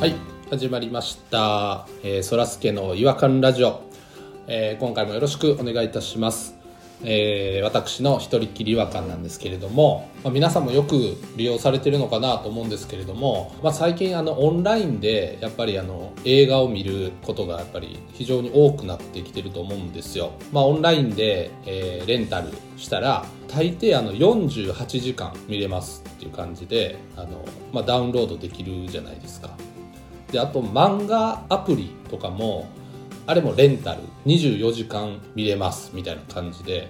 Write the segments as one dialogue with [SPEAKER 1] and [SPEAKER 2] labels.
[SPEAKER 1] はい始まりました、えー、そらすけの違和感ラジオ、えー今回もよろしくお願いいたします、えー私の一人っきり違和感なんですけれども、まあ、皆さんもよく利用されてるのかなと思うんですけれども、まあ、最近あのオンラインでやっぱりあの映画を見ることがやっぱり非常に多くなってきてると思うんですよ、まあ、オンラインで、えーレンタルしたら大抵あの48時間見れますっていう感じであの、まあ、ダウンロードできるじゃないですかであと漫画アプリとかもあれもレンタル24時間見れますみたいな感じで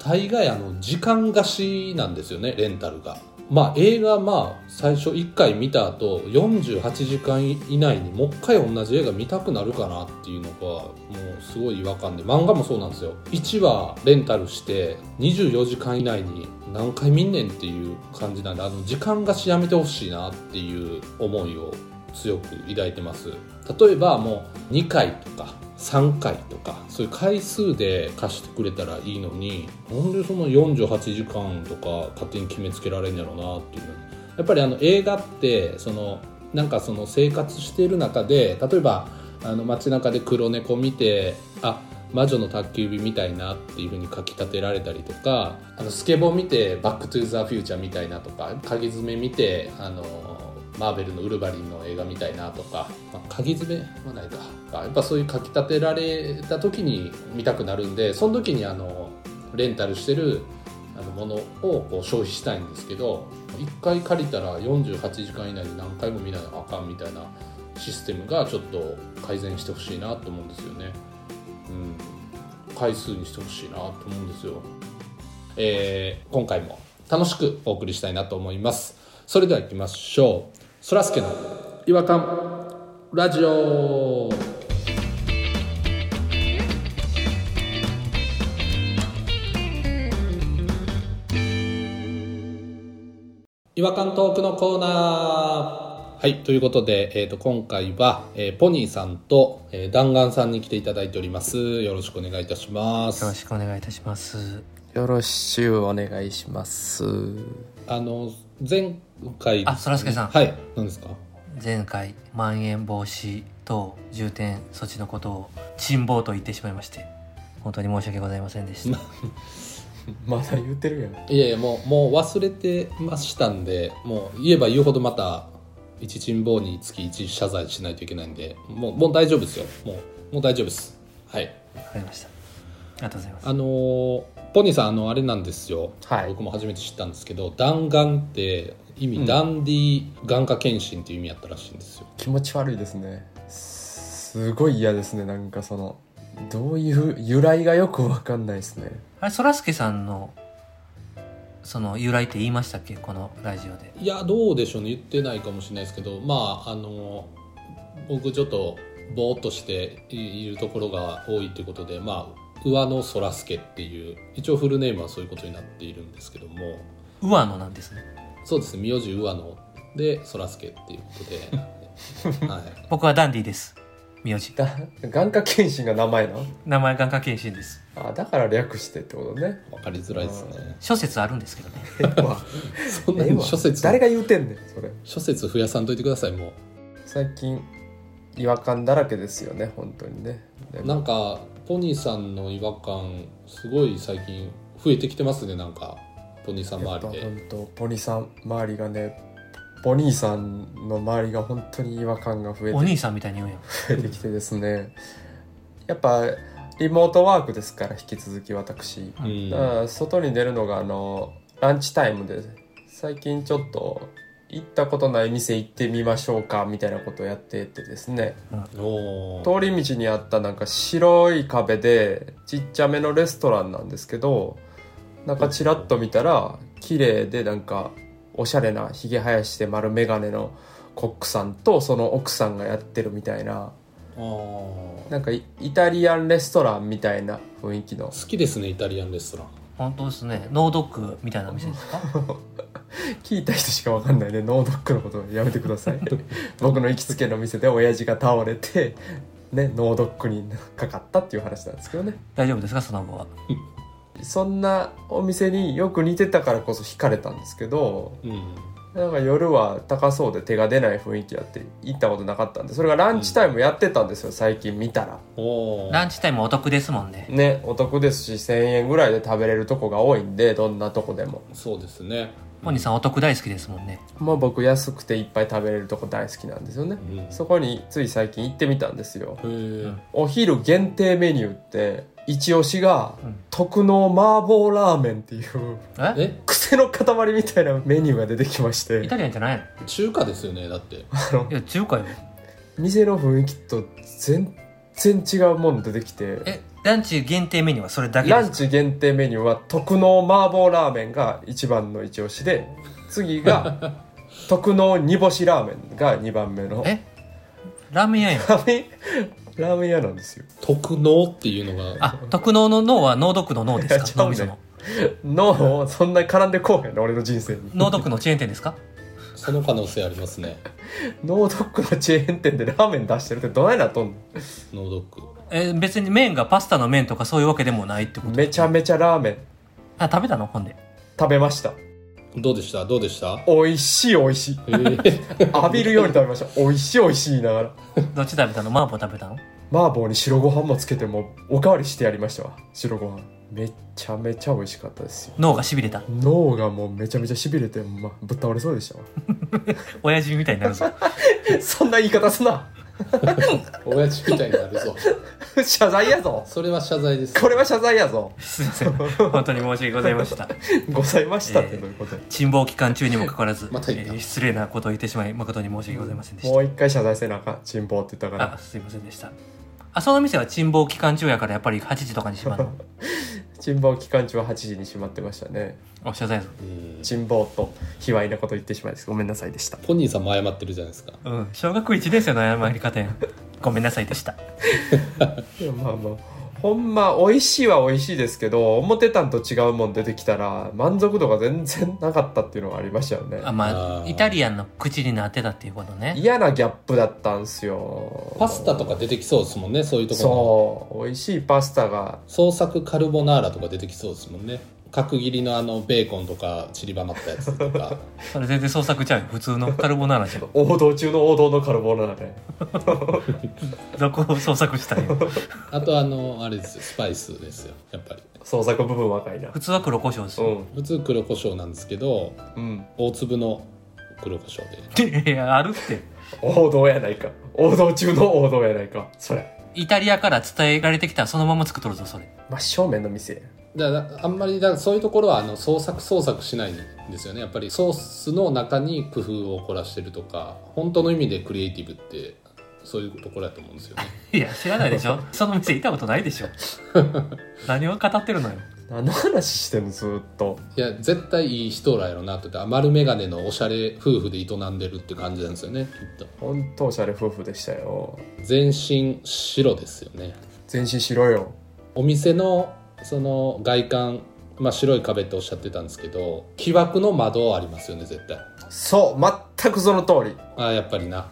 [SPEAKER 1] 大概あの時間貸しなんですよねレンタルがまあ映画まあ最初1回見た後48時間以内にもう一回同じ映画見たくなるかなっていうのがもうすごい違和感で漫画もそうなんですよ1話レンタルして24時間以内に何回見んねんっていう感じなんであの時間貸しやめてほしいなっていう思いを強く抱いてます例えばもう2回とか3回とかそういう回数で貸してくれたらいいのになんでその48時間とか勝手に決めつけられんやろうなっていうのにやっぱりあの映画ってそのなんかその生活している中で例えばあの街中で黒猫見てあ魔女の宅急便みたいなっていう風に書き立てられたりとかあのスケボー見て「バック・トゥ・ザ・フューチャー」みたいなとか鍵爪見てあのマーベルのウルヴァリンの映画みたいなとか、まあ、鍵爪はないかあやっぱそういう書き立てられた時に見たくなるんでその時にあのレンタルしてるあのものをこう消費したいんですけど1回借りたら48時間以内に何回も見なきゃあかんみたいなシステムがちょっと改善してほしいなと思うんですよね。うん、回数にしてほしいなと思うんですよ。えー今回も楽しくお送りしたいなと思いますそれでは行きましょうそらすけの違和感ラジオ違和感トークのコーナーはいということで、えー、と今回は、えーポニーさんと、えー弾丸さんに来ていただいておりますよろしくお願いいたします
[SPEAKER 2] よろしくお願いいたします。
[SPEAKER 3] よろしゅうお願いします。
[SPEAKER 1] あの前回
[SPEAKER 2] あそらすけさん
[SPEAKER 1] はい何ですか
[SPEAKER 2] 前回まん延防止等重点措置のことを辛抱と言ってしまいまして、本当に申し訳ございませんでした。
[SPEAKER 3] まだ言ってるやん。
[SPEAKER 1] いやいやもうもう忘れてましたんでもう言えば言うほどまた一珍棒につき一謝罪しないといけないんでもうもう大丈夫ですよもうもう大丈夫ですはい
[SPEAKER 2] わかりました。ありがとうございます。
[SPEAKER 1] あのーポニーさんあのあれなんですよ、
[SPEAKER 3] はい
[SPEAKER 1] 僕も初めて知ったんですけど弾丸って意味、ダンディ眼科検診っていう意味やったらしいんですよ
[SPEAKER 3] 気持ち悪いですね。すごい嫌ですね。なんかその、どういう由来がよくわかんないですね。
[SPEAKER 2] あれそらすけさんのその由来って言いましたっけこのラジオで。
[SPEAKER 1] いやどうでしょうね言ってないかもしれないですけどまああの僕ちょっとぼーっとしていいるところが多いということでまあ上野そらすけっていう一応フルネームはそういうことになっているんですけども
[SPEAKER 2] 上野なんですね。
[SPEAKER 1] そうですね名字上野でそらすけっていうこと で、はい、
[SPEAKER 2] 僕はダンディです。名字。
[SPEAKER 3] だ眼科検診が名前なの
[SPEAKER 2] 名前眼科検診です。
[SPEAKER 3] あだから略してってこと ね。
[SPEAKER 1] 分かりづらいですね
[SPEAKER 2] 諸説あるんですけどね。
[SPEAKER 3] ええわ
[SPEAKER 1] そんな
[SPEAKER 3] ええ
[SPEAKER 1] に
[SPEAKER 3] わ
[SPEAKER 1] 諸説
[SPEAKER 3] 誰が言うてんねん、それ。
[SPEAKER 1] 諸説増やさんといてくださいも
[SPEAKER 3] 最近、違和感だらけですよね、本当にね。で
[SPEAKER 1] う
[SPEAKER 3] も
[SPEAKER 1] なんかポニーさんの違和感すごい最近増えてきてますねなんかポニーさん
[SPEAKER 3] やっぱ
[SPEAKER 1] 周りで
[SPEAKER 3] 本当ポニさん周りがねポニーさんの周りが本当に違和感が増えて
[SPEAKER 2] お兄さんみたいに言うんやん。
[SPEAKER 3] 増えてきてですねやっぱリモートワークですから引き続き私、
[SPEAKER 1] うん
[SPEAKER 3] だから外に出るのがあのランチタイムで最近ちょっと行ったことない店行ってみましょうかみたいなことをやっててですね
[SPEAKER 1] おー
[SPEAKER 3] 通り道にあったなんか白い壁でちっちゃめのレストランなんですけどなんかチラッと見たら綺麗でなんかおしゃれなひげ生やして丸眼鏡のコックさんとその奥さんがやってるみたいな
[SPEAKER 1] あー好
[SPEAKER 3] なんかイイタリアンレストランみたいな雰囲気の
[SPEAKER 1] きですねイタリアンレストラン
[SPEAKER 2] 本当ですね。ノードックみたいなお店です か
[SPEAKER 3] 聞いた人しかわかんないねノードックのことやめてください僕の行きつけの店で親父が倒れてねノードックにかかったっていう話なんですけどね
[SPEAKER 2] 大丈夫ですかその後は。
[SPEAKER 3] そんなお店によく似てたからこそ惹かれたんですけど
[SPEAKER 1] うん
[SPEAKER 3] なんか夜は高そうで手が出ない雰囲気やって行ったことなかったんでそれがランチタイムやってたんですよ最近見たら
[SPEAKER 1] おー
[SPEAKER 2] ランチタイムお得ですもんね
[SPEAKER 3] ねお得ですし1000円ぐらいで食べれるとこが多いんでどんなとこでも
[SPEAKER 1] そうですね
[SPEAKER 2] ポニーさんお得大好きですもんね
[SPEAKER 3] まあ僕安くていっぱい食べれるとこ大好きなんですよね、
[SPEAKER 1] うん
[SPEAKER 3] そこについ最近行ってみたんですよ
[SPEAKER 1] へー
[SPEAKER 3] お昼限定メニューって一押しが
[SPEAKER 2] うん
[SPEAKER 3] 特納麻婆ラーメンっていう
[SPEAKER 2] え
[SPEAKER 1] え
[SPEAKER 3] 癖の塊みたいなメニューが出てきまし
[SPEAKER 2] イ
[SPEAKER 3] て
[SPEAKER 2] タリアンじゃないの
[SPEAKER 1] 中華ですよねだって
[SPEAKER 2] いや中華よ
[SPEAKER 3] 店の雰囲気と全然違うもの出てきて
[SPEAKER 2] えランチ限定メニューはそれだけ
[SPEAKER 3] ラ
[SPEAKER 2] で
[SPEAKER 3] ン
[SPEAKER 2] す
[SPEAKER 3] チ限定メニューは特納麻婆ラーメンが一番の一押しで次が特納煮干しラーメンが2番目の
[SPEAKER 2] えラーメン屋やん
[SPEAKER 3] ラーメンラーメン屋なんですよ
[SPEAKER 1] 特納っていうのが
[SPEAKER 2] あ特納の脳は脳毒の脳です
[SPEAKER 3] いや
[SPEAKER 2] か
[SPEAKER 3] ちゃ
[SPEAKER 2] 脳
[SPEAKER 3] うね
[SPEAKER 2] みその
[SPEAKER 3] 脳をそんなに絡んでこうへんの俺の人生に
[SPEAKER 2] 脳毒のチェーン店ですか
[SPEAKER 1] その可能性ありますね
[SPEAKER 3] ノードックのチェーン店でラーメン出してるってどないなっとん
[SPEAKER 1] ノードック
[SPEAKER 2] え別に麺がパスタの麺とかそういうわけでもないってこ
[SPEAKER 3] の
[SPEAKER 2] と
[SPEAKER 3] めちゃめちゃラーメン
[SPEAKER 2] あ食べたのほんで
[SPEAKER 3] 食べました
[SPEAKER 1] どうでしたどうでした
[SPEAKER 3] 美味しい美味しい
[SPEAKER 1] えー
[SPEAKER 3] 浴びるように食べました美味しい美味しい言いながら
[SPEAKER 2] どっち食べたの麻婆食べたの
[SPEAKER 3] 麻婆に白ご飯もつけてもおかわりしてやりましたわ白ご飯めちゃめちゃ美味しかったですよ
[SPEAKER 2] 脳がしびれた
[SPEAKER 3] 脳がもうめちゃめちゃしびれて、ま、ぶっ倒れそうでしたわ
[SPEAKER 2] 親父みたいになるぞ
[SPEAKER 3] そんな言い方すな
[SPEAKER 1] 親父みたいになるぞ
[SPEAKER 3] 謝罪やぞ
[SPEAKER 1] それは謝罪です
[SPEAKER 3] これは謝罪やぞ
[SPEAKER 2] すいません本当に申し訳ございました
[SPEAKER 3] ございましたってどういうことや
[SPEAKER 2] 沈黙期間中にもかかわらず、
[SPEAKER 1] また言った
[SPEAKER 2] えー失礼なことを言ってしまい誠に申し訳ございませんでし
[SPEAKER 3] も
[SPEAKER 2] た
[SPEAKER 3] う一回謝罪せなあかんチンポって言ったから
[SPEAKER 2] あすいませんでしたあその店は沈黙期間中やからやっぱり8時とかに閉まるの
[SPEAKER 3] チンポ期間中は8時に閉まってましたね
[SPEAKER 2] お謝罪ぞ
[SPEAKER 1] うん
[SPEAKER 3] チンボーと卑猥なこと言ってしまいですごめんなさいでした
[SPEAKER 1] ポニーさんも謝ってるじゃないですか
[SPEAKER 2] うん小学1年生の謝り方や んごめんなさいでした
[SPEAKER 3] いやまあまあほんま美味しいは美味しいですけど思ってたんと違うもん出てきたら満足度が全然なかったっていうのがありましたよね
[SPEAKER 2] あまあ
[SPEAKER 1] あー
[SPEAKER 2] イタリアンの口になってたっていうことね
[SPEAKER 3] 嫌なギャップだったんすよ
[SPEAKER 1] パスタとか出てきそうですもんねそういうところ
[SPEAKER 3] そう美味しいパスタが
[SPEAKER 1] 創作カルボナーラとか出てきそうですもんね角切りのあのベーコンとか散りばまったやつとか
[SPEAKER 2] それ全然創作ちゃうよ普通のカルボナーラじゃ ん
[SPEAKER 3] 王道中の王道のカルボナーラね
[SPEAKER 2] どこを創作したんよ
[SPEAKER 1] あとあのあれですよスパイスですよやっぱり
[SPEAKER 3] 創作部分若いな
[SPEAKER 2] 普通は黒胡椒です
[SPEAKER 3] う
[SPEAKER 2] よ、
[SPEAKER 3] ん
[SPEAKER 1] 普通黒胡椒なんですけど
[SPEAKER 3] うん
[SPEAKER 1] 大粒の黒胡椒で
[SPEAKER 2] いやあるって
[SPEAKER 3] 王道やないか王道中の王道やないかそれ
[SPEAKER 2] イタリアから伝えられてきたらそのまま作っとるぞそれ
[SPEAKER 3] 真正面の店
[SPEAKER 1] だからあんまりだからそういうところはあの創作創作しないんですよねやっぱりソースの中に工夫を凝らしてるとか本当の意味でクリエイティブってそういうところだと思うんですよね
[SPEAKER 2] いや知らないでし ょその店行ったことないでしょ何を語ってるのよ
[SPEAKER 3] 何の話してんのずーっと
[SPEAKER 1] いや絶対いい人らやろなって言って丸眼鏡のおしゃれ夫婦で営んでるって感じなんですよねきっと
[SPEAKER 3] 本当おしゃれ夫婦でしたよ
[SPEAKER 1] 全身白ですよね
[SPEAKER 3] 全身白いよ
[SPEAKER 1] お店のその外観、まあ、白い壁っておっしゃってたんですけど木枠の窓ありますよね絶対
[SPEAKER 3] そう全くその通り
[SPEAKER 1] あーやっぱりな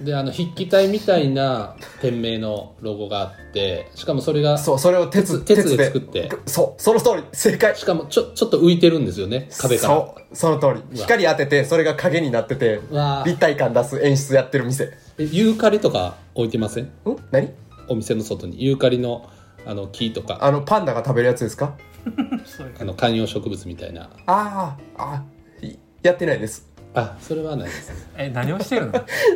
[SPEAKER 1] であの筆記体みたいな店名のロゴがあってしかもそれが
[SPEAKER 3] そうそれを鉄
[SPEAKER 1] 鉄鉄で作って
[SPEAKER 3] そうその通り正解
[SPEAKER 1] しかもちょちょっと浮いてるんですよね壁から
[SPEAKER 3] そうその通り
[SPEAKER 1] うわ
[SPEAKER 3] 光当ててそれが影になってて
[SPEAKER 1] わー
[SPEAKER 3] 立体感出す演出やってる店ん
[SPEAKER 1] えユーカリとか置いてません
[SPEAKER 3] 何
[SPEAKER 1] お店の外にユーカリのあの木とか
[SPEAKER 3] あのパンダが食べるやつですか
[SPEAKER 1] あの観葉植物みたいな
[SPEAKER 3] あーあいやってないです
[SPEAKER 1] あそれはないです
[SPEAKER 2] え何をしてるの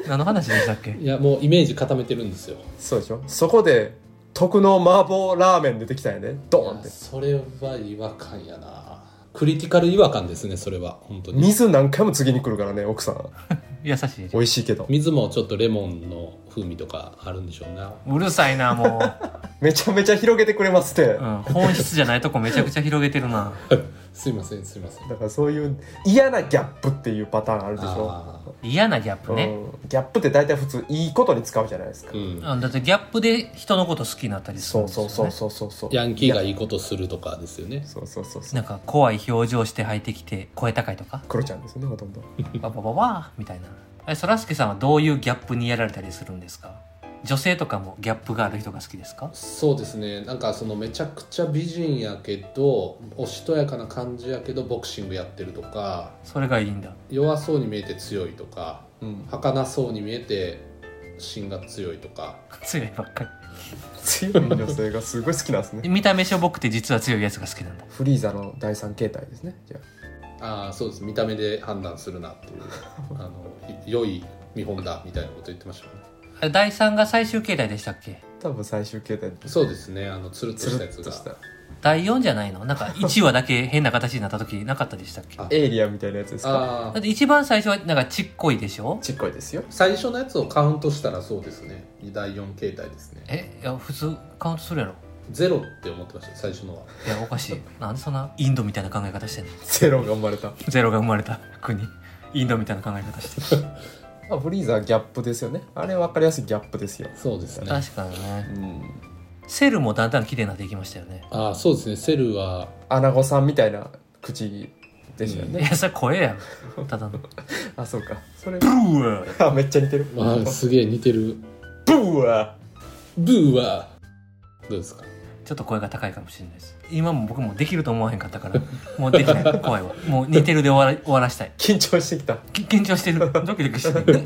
[SPEAKER 2] 何の話でしたっけ
[SPEAKER 1] いやもうイメージ固めてるんですよ
[SPEAKER 3] そうでしょそこで特の麻婆ラーメン出てきたんやねドーンって
[SPEAKER 1] それは違和感やなクリティカル違和感ですねそれは本当に
[SPEAKER 3] 水何回も次に来るからね奥さん
[SPEAKER 2] 優しい
[SPEAKER 3] 美味しいけど
[SPEAKER 1] 水もちょっとレモンの風味とかあるんでしょうな
[SPEAKER 2] うるさいなも
[SPEAKER 3] めちゃめちゃ広げてくれますって、
[SPEAKER 2] う、うん、本質じゃないとこめちゃくちゃ広げてるな
[SPEAKER 1] すいませんすいません
[SPEAKER 3] だからそういう嫌なギャップっていうパターンあるでしょ
[SPEAKER 1] あ
[SPEAKER 2] 嫌なギャップね、
[SPEAKER 3] うん、ギャップって大体普通いいことに使うじゃないですか、
[SPEAKER 1] ーうん
[SPEAKER 2] うん、だってギャップで人のこと好きになったりする
[SPEAKER 3] そ
[SPEAKER 2] ん
[SPEAKER 3] う
[SPEAKER 2] ですよ、
[SPEAKER 3] そう
[SPEAKER 2] ね、
[SPEAKER 3] そうそうそうそう
[SPEAKER 1] ヤンキーがいいことするとかですよね
[SPEAKER 3] そうそうそうそう
[SPEAKER 2] なんか怖い表情して入ってきて声高いとか
[SPEAKER 3] 黒ちゃんですねほとんど
[SPEAKER 2] ババババーみたいなえそらすけさんはどういうギャップにやられたりするんですか女性とかもギャップがある人が好きですか
[SPEAKER 1] そうですねなんかそのめちゃくちゃ美人やけどおしとやかな感じやけどボクシングやってるとか
[SPEAKER 2] それがいいんだ
[SPEAKER 1] 弱そうに見えて強いとか
[SPEAKER 3] うん、
[SPEAKER 1] 儚そうに見えて芯が強いとか
[SPEAKER 2] 強いばっか
[SPEAKER 3] 強い女性がすごい好きなんです
[SPEAKER 2] り
[SPEAKER 3] ね
[SPEAKER 2] 見た目しょぼくて実は強いやつが好きなんだ
[SPEAKER 3] フリーザの第三形態ですねじゃ
[SPEAKER 1] ああそうです見た目で判断するなって いうあのい良い見本だみたいなこと言ってましたよね
[SPEAKER 2] あれ第3が最終形態でしたっけ
[SPEAKER 3] あ多分最終形態
[SPEAKER 1] そうですねあのつるっと
[SPEAKER 3] つ
[SPEAKER 1] した
[SPEAKER 3] る
[SPEAKER 1] やつ
[SPEAKER 3] っとした
[SPEAKER 1] が
[SPEAKER 2] 第4じゃないのなんか1話だけ変な形になった時なかったでしたっけ
[SPEAKER 1] あ
[SPEAKER 2] だ
[SPEAKER 3] エイリアンみたいなやつですか
[SPEAKER 1] ああ
[SPEAKER 2] って一番最初はなんかちっこいでしょ
[SPEAKER 3] ちっこいですよ
[SPEAKER 1] 最初のやつをカウントしたらそうですね第4形態ですね
[SPEAKER 2] えいや普通カウントするやろ
[SPEAKER 1] ゼロって思ってました最初のはい
[SPEAKER 2] やおかしいなんでそんなインドみたいな考え方してんの
[SPEAKER 3] ゼロが生まれた
[SPEAKER 2] ゼロが生まれた国インドみたいな考え方して
[SPEAKER 3] あフリーザはギャップですよねあれ分かりやすいギャップですよ
[SPEAKER 1] そうですね
[SPEAKER 2] 確かにね
[SPEAKER 3] うん
[SPEAKER 2] セルもだんだん綺麗になっていきましたよね
[SPEAKER 1] ああそうですねセルは
[SPEAKER 3] アナゴさんみたいな口でしたよ
[SPEAKER 2] い
[SPEAKER 3] ね、
[SPEAKER 2] やそれ声やん ただの
[SPEAKER 3] あそうかそれ
[SPEAKER 2] うわ
[SPEAKER 3] あめっちゃ似てる
[SPEAKER 1] あーすげえ似てる
[SPEAKER 3] ブーは
[SPEAKER 1] ブーはどうですか
[SPEAKER 2] ちょっと声が高いかもしれないです今も僕もできると思わへんかったからもうでき ない怖いわもう似てるで終わら終わらしたい
[SPEAKER 3] 緊張してきた
[SPEAKER 2] き緊張してるドキドキして る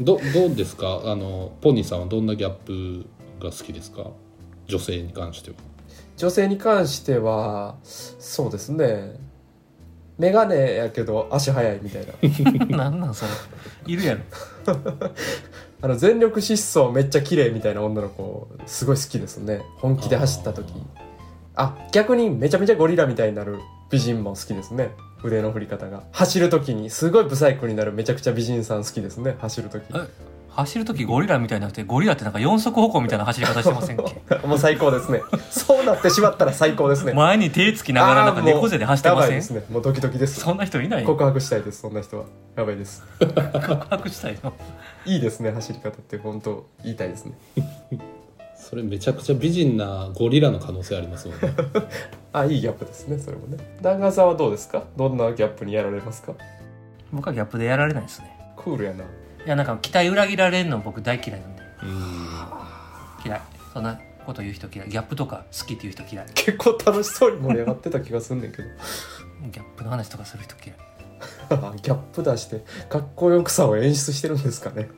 [SPEAKER 1] どどうですかあのポニーさんはどんなギャップが好きですか女性に関しては
[SPEAKER 3] 女性に関してはそうですね眼鏡やけど足速いみ たいな
[SPEAKER 2] なんなんそれいるやろ
[SPEAKER 3] あの全力疾走めっちゃ綺麗みたいな女の子すごい好きですね本気で走った時あ逆にめちゃめちゃゴリラみたいになる美人も好きですね腕の振り方が走る時にすごいブサイクになるめちゃくちゃ美人さん好きですね走る時
[SPEAKER 2] え走る時ゴリラみたいになくてゴリラってなんか四足歩行みたいな走り方してませんっ
[SPEAKER 3] もう最高です ねそうなってしまったら最高です
[SPEAKER 2] け
[SPEAKER 3] ね
[SPEAKER 2] 前に手つきながらなんか猫背で走ってま
[SPEAKER 3] あーもうやばい
[SPEAKER 2] せ
[SPEAKER 3] で
[SPEAKER 2] ん
[SPEAKER 3] すねもうドキドキです
[SPEAKER 2] そんな人いない告
[SPEAKER 3] 告白したいですそんな人はやばいです
[SPEAKER 2] 白したいの
[SPEAKER 3] いいですね走り方って本当言いたいですね
[SPEAKER 1] それめちゃくちゃ美人なゴリラの可能性ありますも んね
[SPEAKER 3] あいいギャップですねそれもね弾丸さんはどうですかどんなギャップにやられますか
[SPEAKER 2] 僕はギャップでやられないですね
[SPEAKER 3] クールやない
[SPEAKER 2] やなんか期待裏切られるの僕大嫌いなんで
[SPEAKER 1] うん
[SPEAKER 2] 嫌いそんなこと言う人嫌いギャップとか好きっていう人嫌い
[SPEAKER 3] 結構楽しそうに盛り上がってた気がすんねんけど
[SPEAKER 2] ギャップの話とかする人嫌い
[SPEAKER 3] ギャップ出してかっこよくさを演出してるんですかね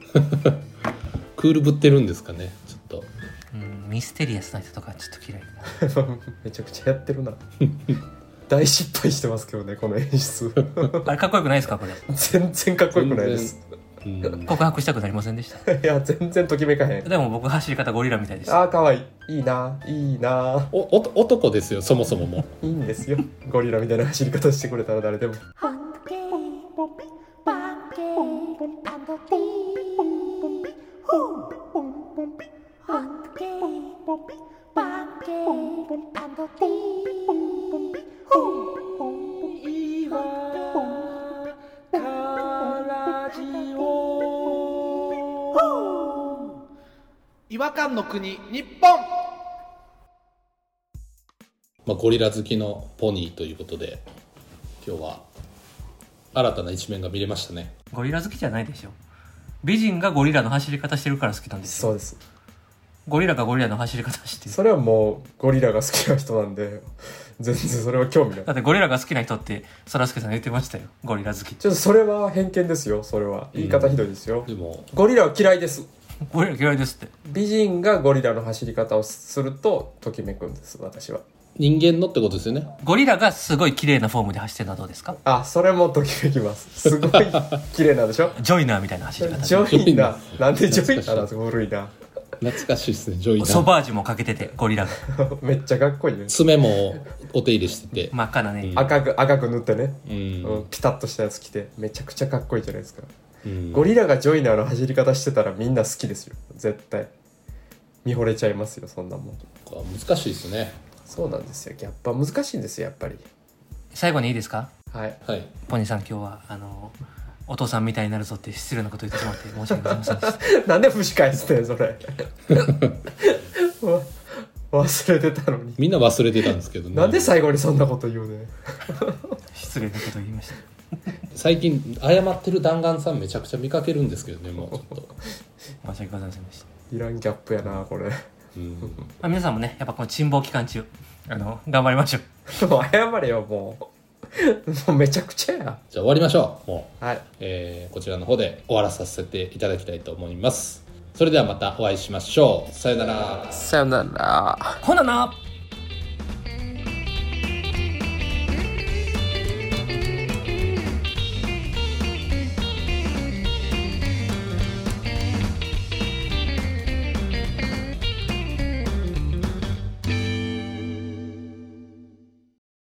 [SPEAKER 1] クールぶってるんですかねちょっと
[SPEAKER 2] うんミステリアスな人とかちょっと嫌い
[SPEAKER 3] めちゃくちゃやっ てるな大失敗してますけどねこの演出
[SPEAKER 2] あれかっこよくないですかこれ
[SPEAKER 3] 全然かっこよくないです
[SPEAKER 1] うん
[SPEAKER 2] 告白したくなりませんでした
[SPEAKER 3] いや全然ときめかへん
[SPEAKER 2] でも僕走り方ゴリラみたいです
[SPEAKER 3] あーかわいいいいないいな
[SPEAKER 1] おおと男ですよそもそもも
[SPEAKER 3] いいんですよゴリラみたいな走り方してくれたら誰でも
[SPEAKER 4] Hunky,
[SPEAKER 5] 違和感の国日本
[SPEAKER 1] まあ、ゴリラ好きのポニーということで今日は新たな一面が見れましたね
[SPEAKER 2] ゴリラ好きじゃないでしょ美人がゴリラの走り方してるから好きなんです
[SPEAKER 3] そう
[SPEAKER 2] よ
[SPEAKER 3] です
[SPEAKER 2] ゴリラがゴリラの走り方してる
[SPEAKER 3] それはもうゴリラが好きな人なんで全然それは興味ない
[SPEAKER 2] だってゴリラが好きな人ってそらすけさん言ってましたよゴリラ好き
[SPEAKER 3] ちょっとそれは偏見ですよそれは言い方ひどいですよ、
[SPEAKER 1] でも
[SPEAKER 3] ゴリラは嫌いです
[SPEAKER 2] ゴリラ嫌いですって
[SPEAKER 3] 美人がゴリラの走り方をするとときめくんです私は
[SPEAKER 1] 人間のってことですよね
[SPEAKER 2] ゴリラがすごい綺麗なフォームで走ってるのはどうですか
[SPEAKER 3] あそれもときめきますすごい綺麗なんでしょ
[SPEAKER 2] ジョイナーみたいな走り方
[SPEAKER 3] ジョイナなんでジョイナなんですか古いな
[SPEAKER 1] 懐かしいですねジョイ
[SPEAKER 2] ソ
[SPEAKER 1] ナ
[SPEAKER 2] バージュもかけててゴリラ が
[SPEAKER 3] めっちゃかっこいいね
[SPEAKER 1] 爪もお手入れしてて、
[SPEAKER 2] 真っ赤なね
[SPEAKER 3] 赤く赤く塗ってね、
[SPEAKER 1] う
[SPEAKER 3] うん
[SPEAKER 1] ん、
[SPEAKER 3] ピタッとしたやつ着てめちゃくちゃかっこいいじゃないですか
[SPEAKER 1] うん
[SPEAKER 3] ゴリラがジョイナーの走り方してたらみんな好きですよ絶対見惚れちゃいますよそんなもん
[SPEAKER 1] 難しいですね
[SPEAKER 3] そうなんですよギャップは難しいんですよやっぱり
[SPEAKER 2] 最後にいいですか
[SPEAKER 3] はい
[SPEAKER 1] はい
[SPEAKER 2] ポニーさん今日はあのお父さんみたいになるぞって失礼なこと言ってしまって申し訳ございませんでした
[SPEAKER 3] なんで蒸し返すねんそれ わ忘れてたのに
[SPEAKER 1] みんな忘れてたんですけどね
[SPEAKER 3] なんで最後にそんなこと言うねん
[SPEAKER 2] 失礼なこと言いました
[SPEAKER 1] 最近謝ってる弾丸さんめちゃくちゃ見かけるんですけどねもうちょっと、
[SPEAKER 2] 申し訳ございませんでした、
[SPEAKER 3] いらんギャップやなこれ
[SPEAKER 1] うん、
[SPEAKER 2] まあ、皆さんもねやっぱこの沈望期間中あの頑張りましょう
[SPEAKER 3] もう 謝れよもうもうめちゃくちゃや
[SPEAKER 1] じゃあ終わりましょうもう、
[SPEAKER 3] はい
[SPEAKER 1] えーこちらの方で終わらさせていただきたいと思いますそれではまたお会いしましょうさよなら
[SPEAKER 3] さよなら
[SPEAKER 2] ほなな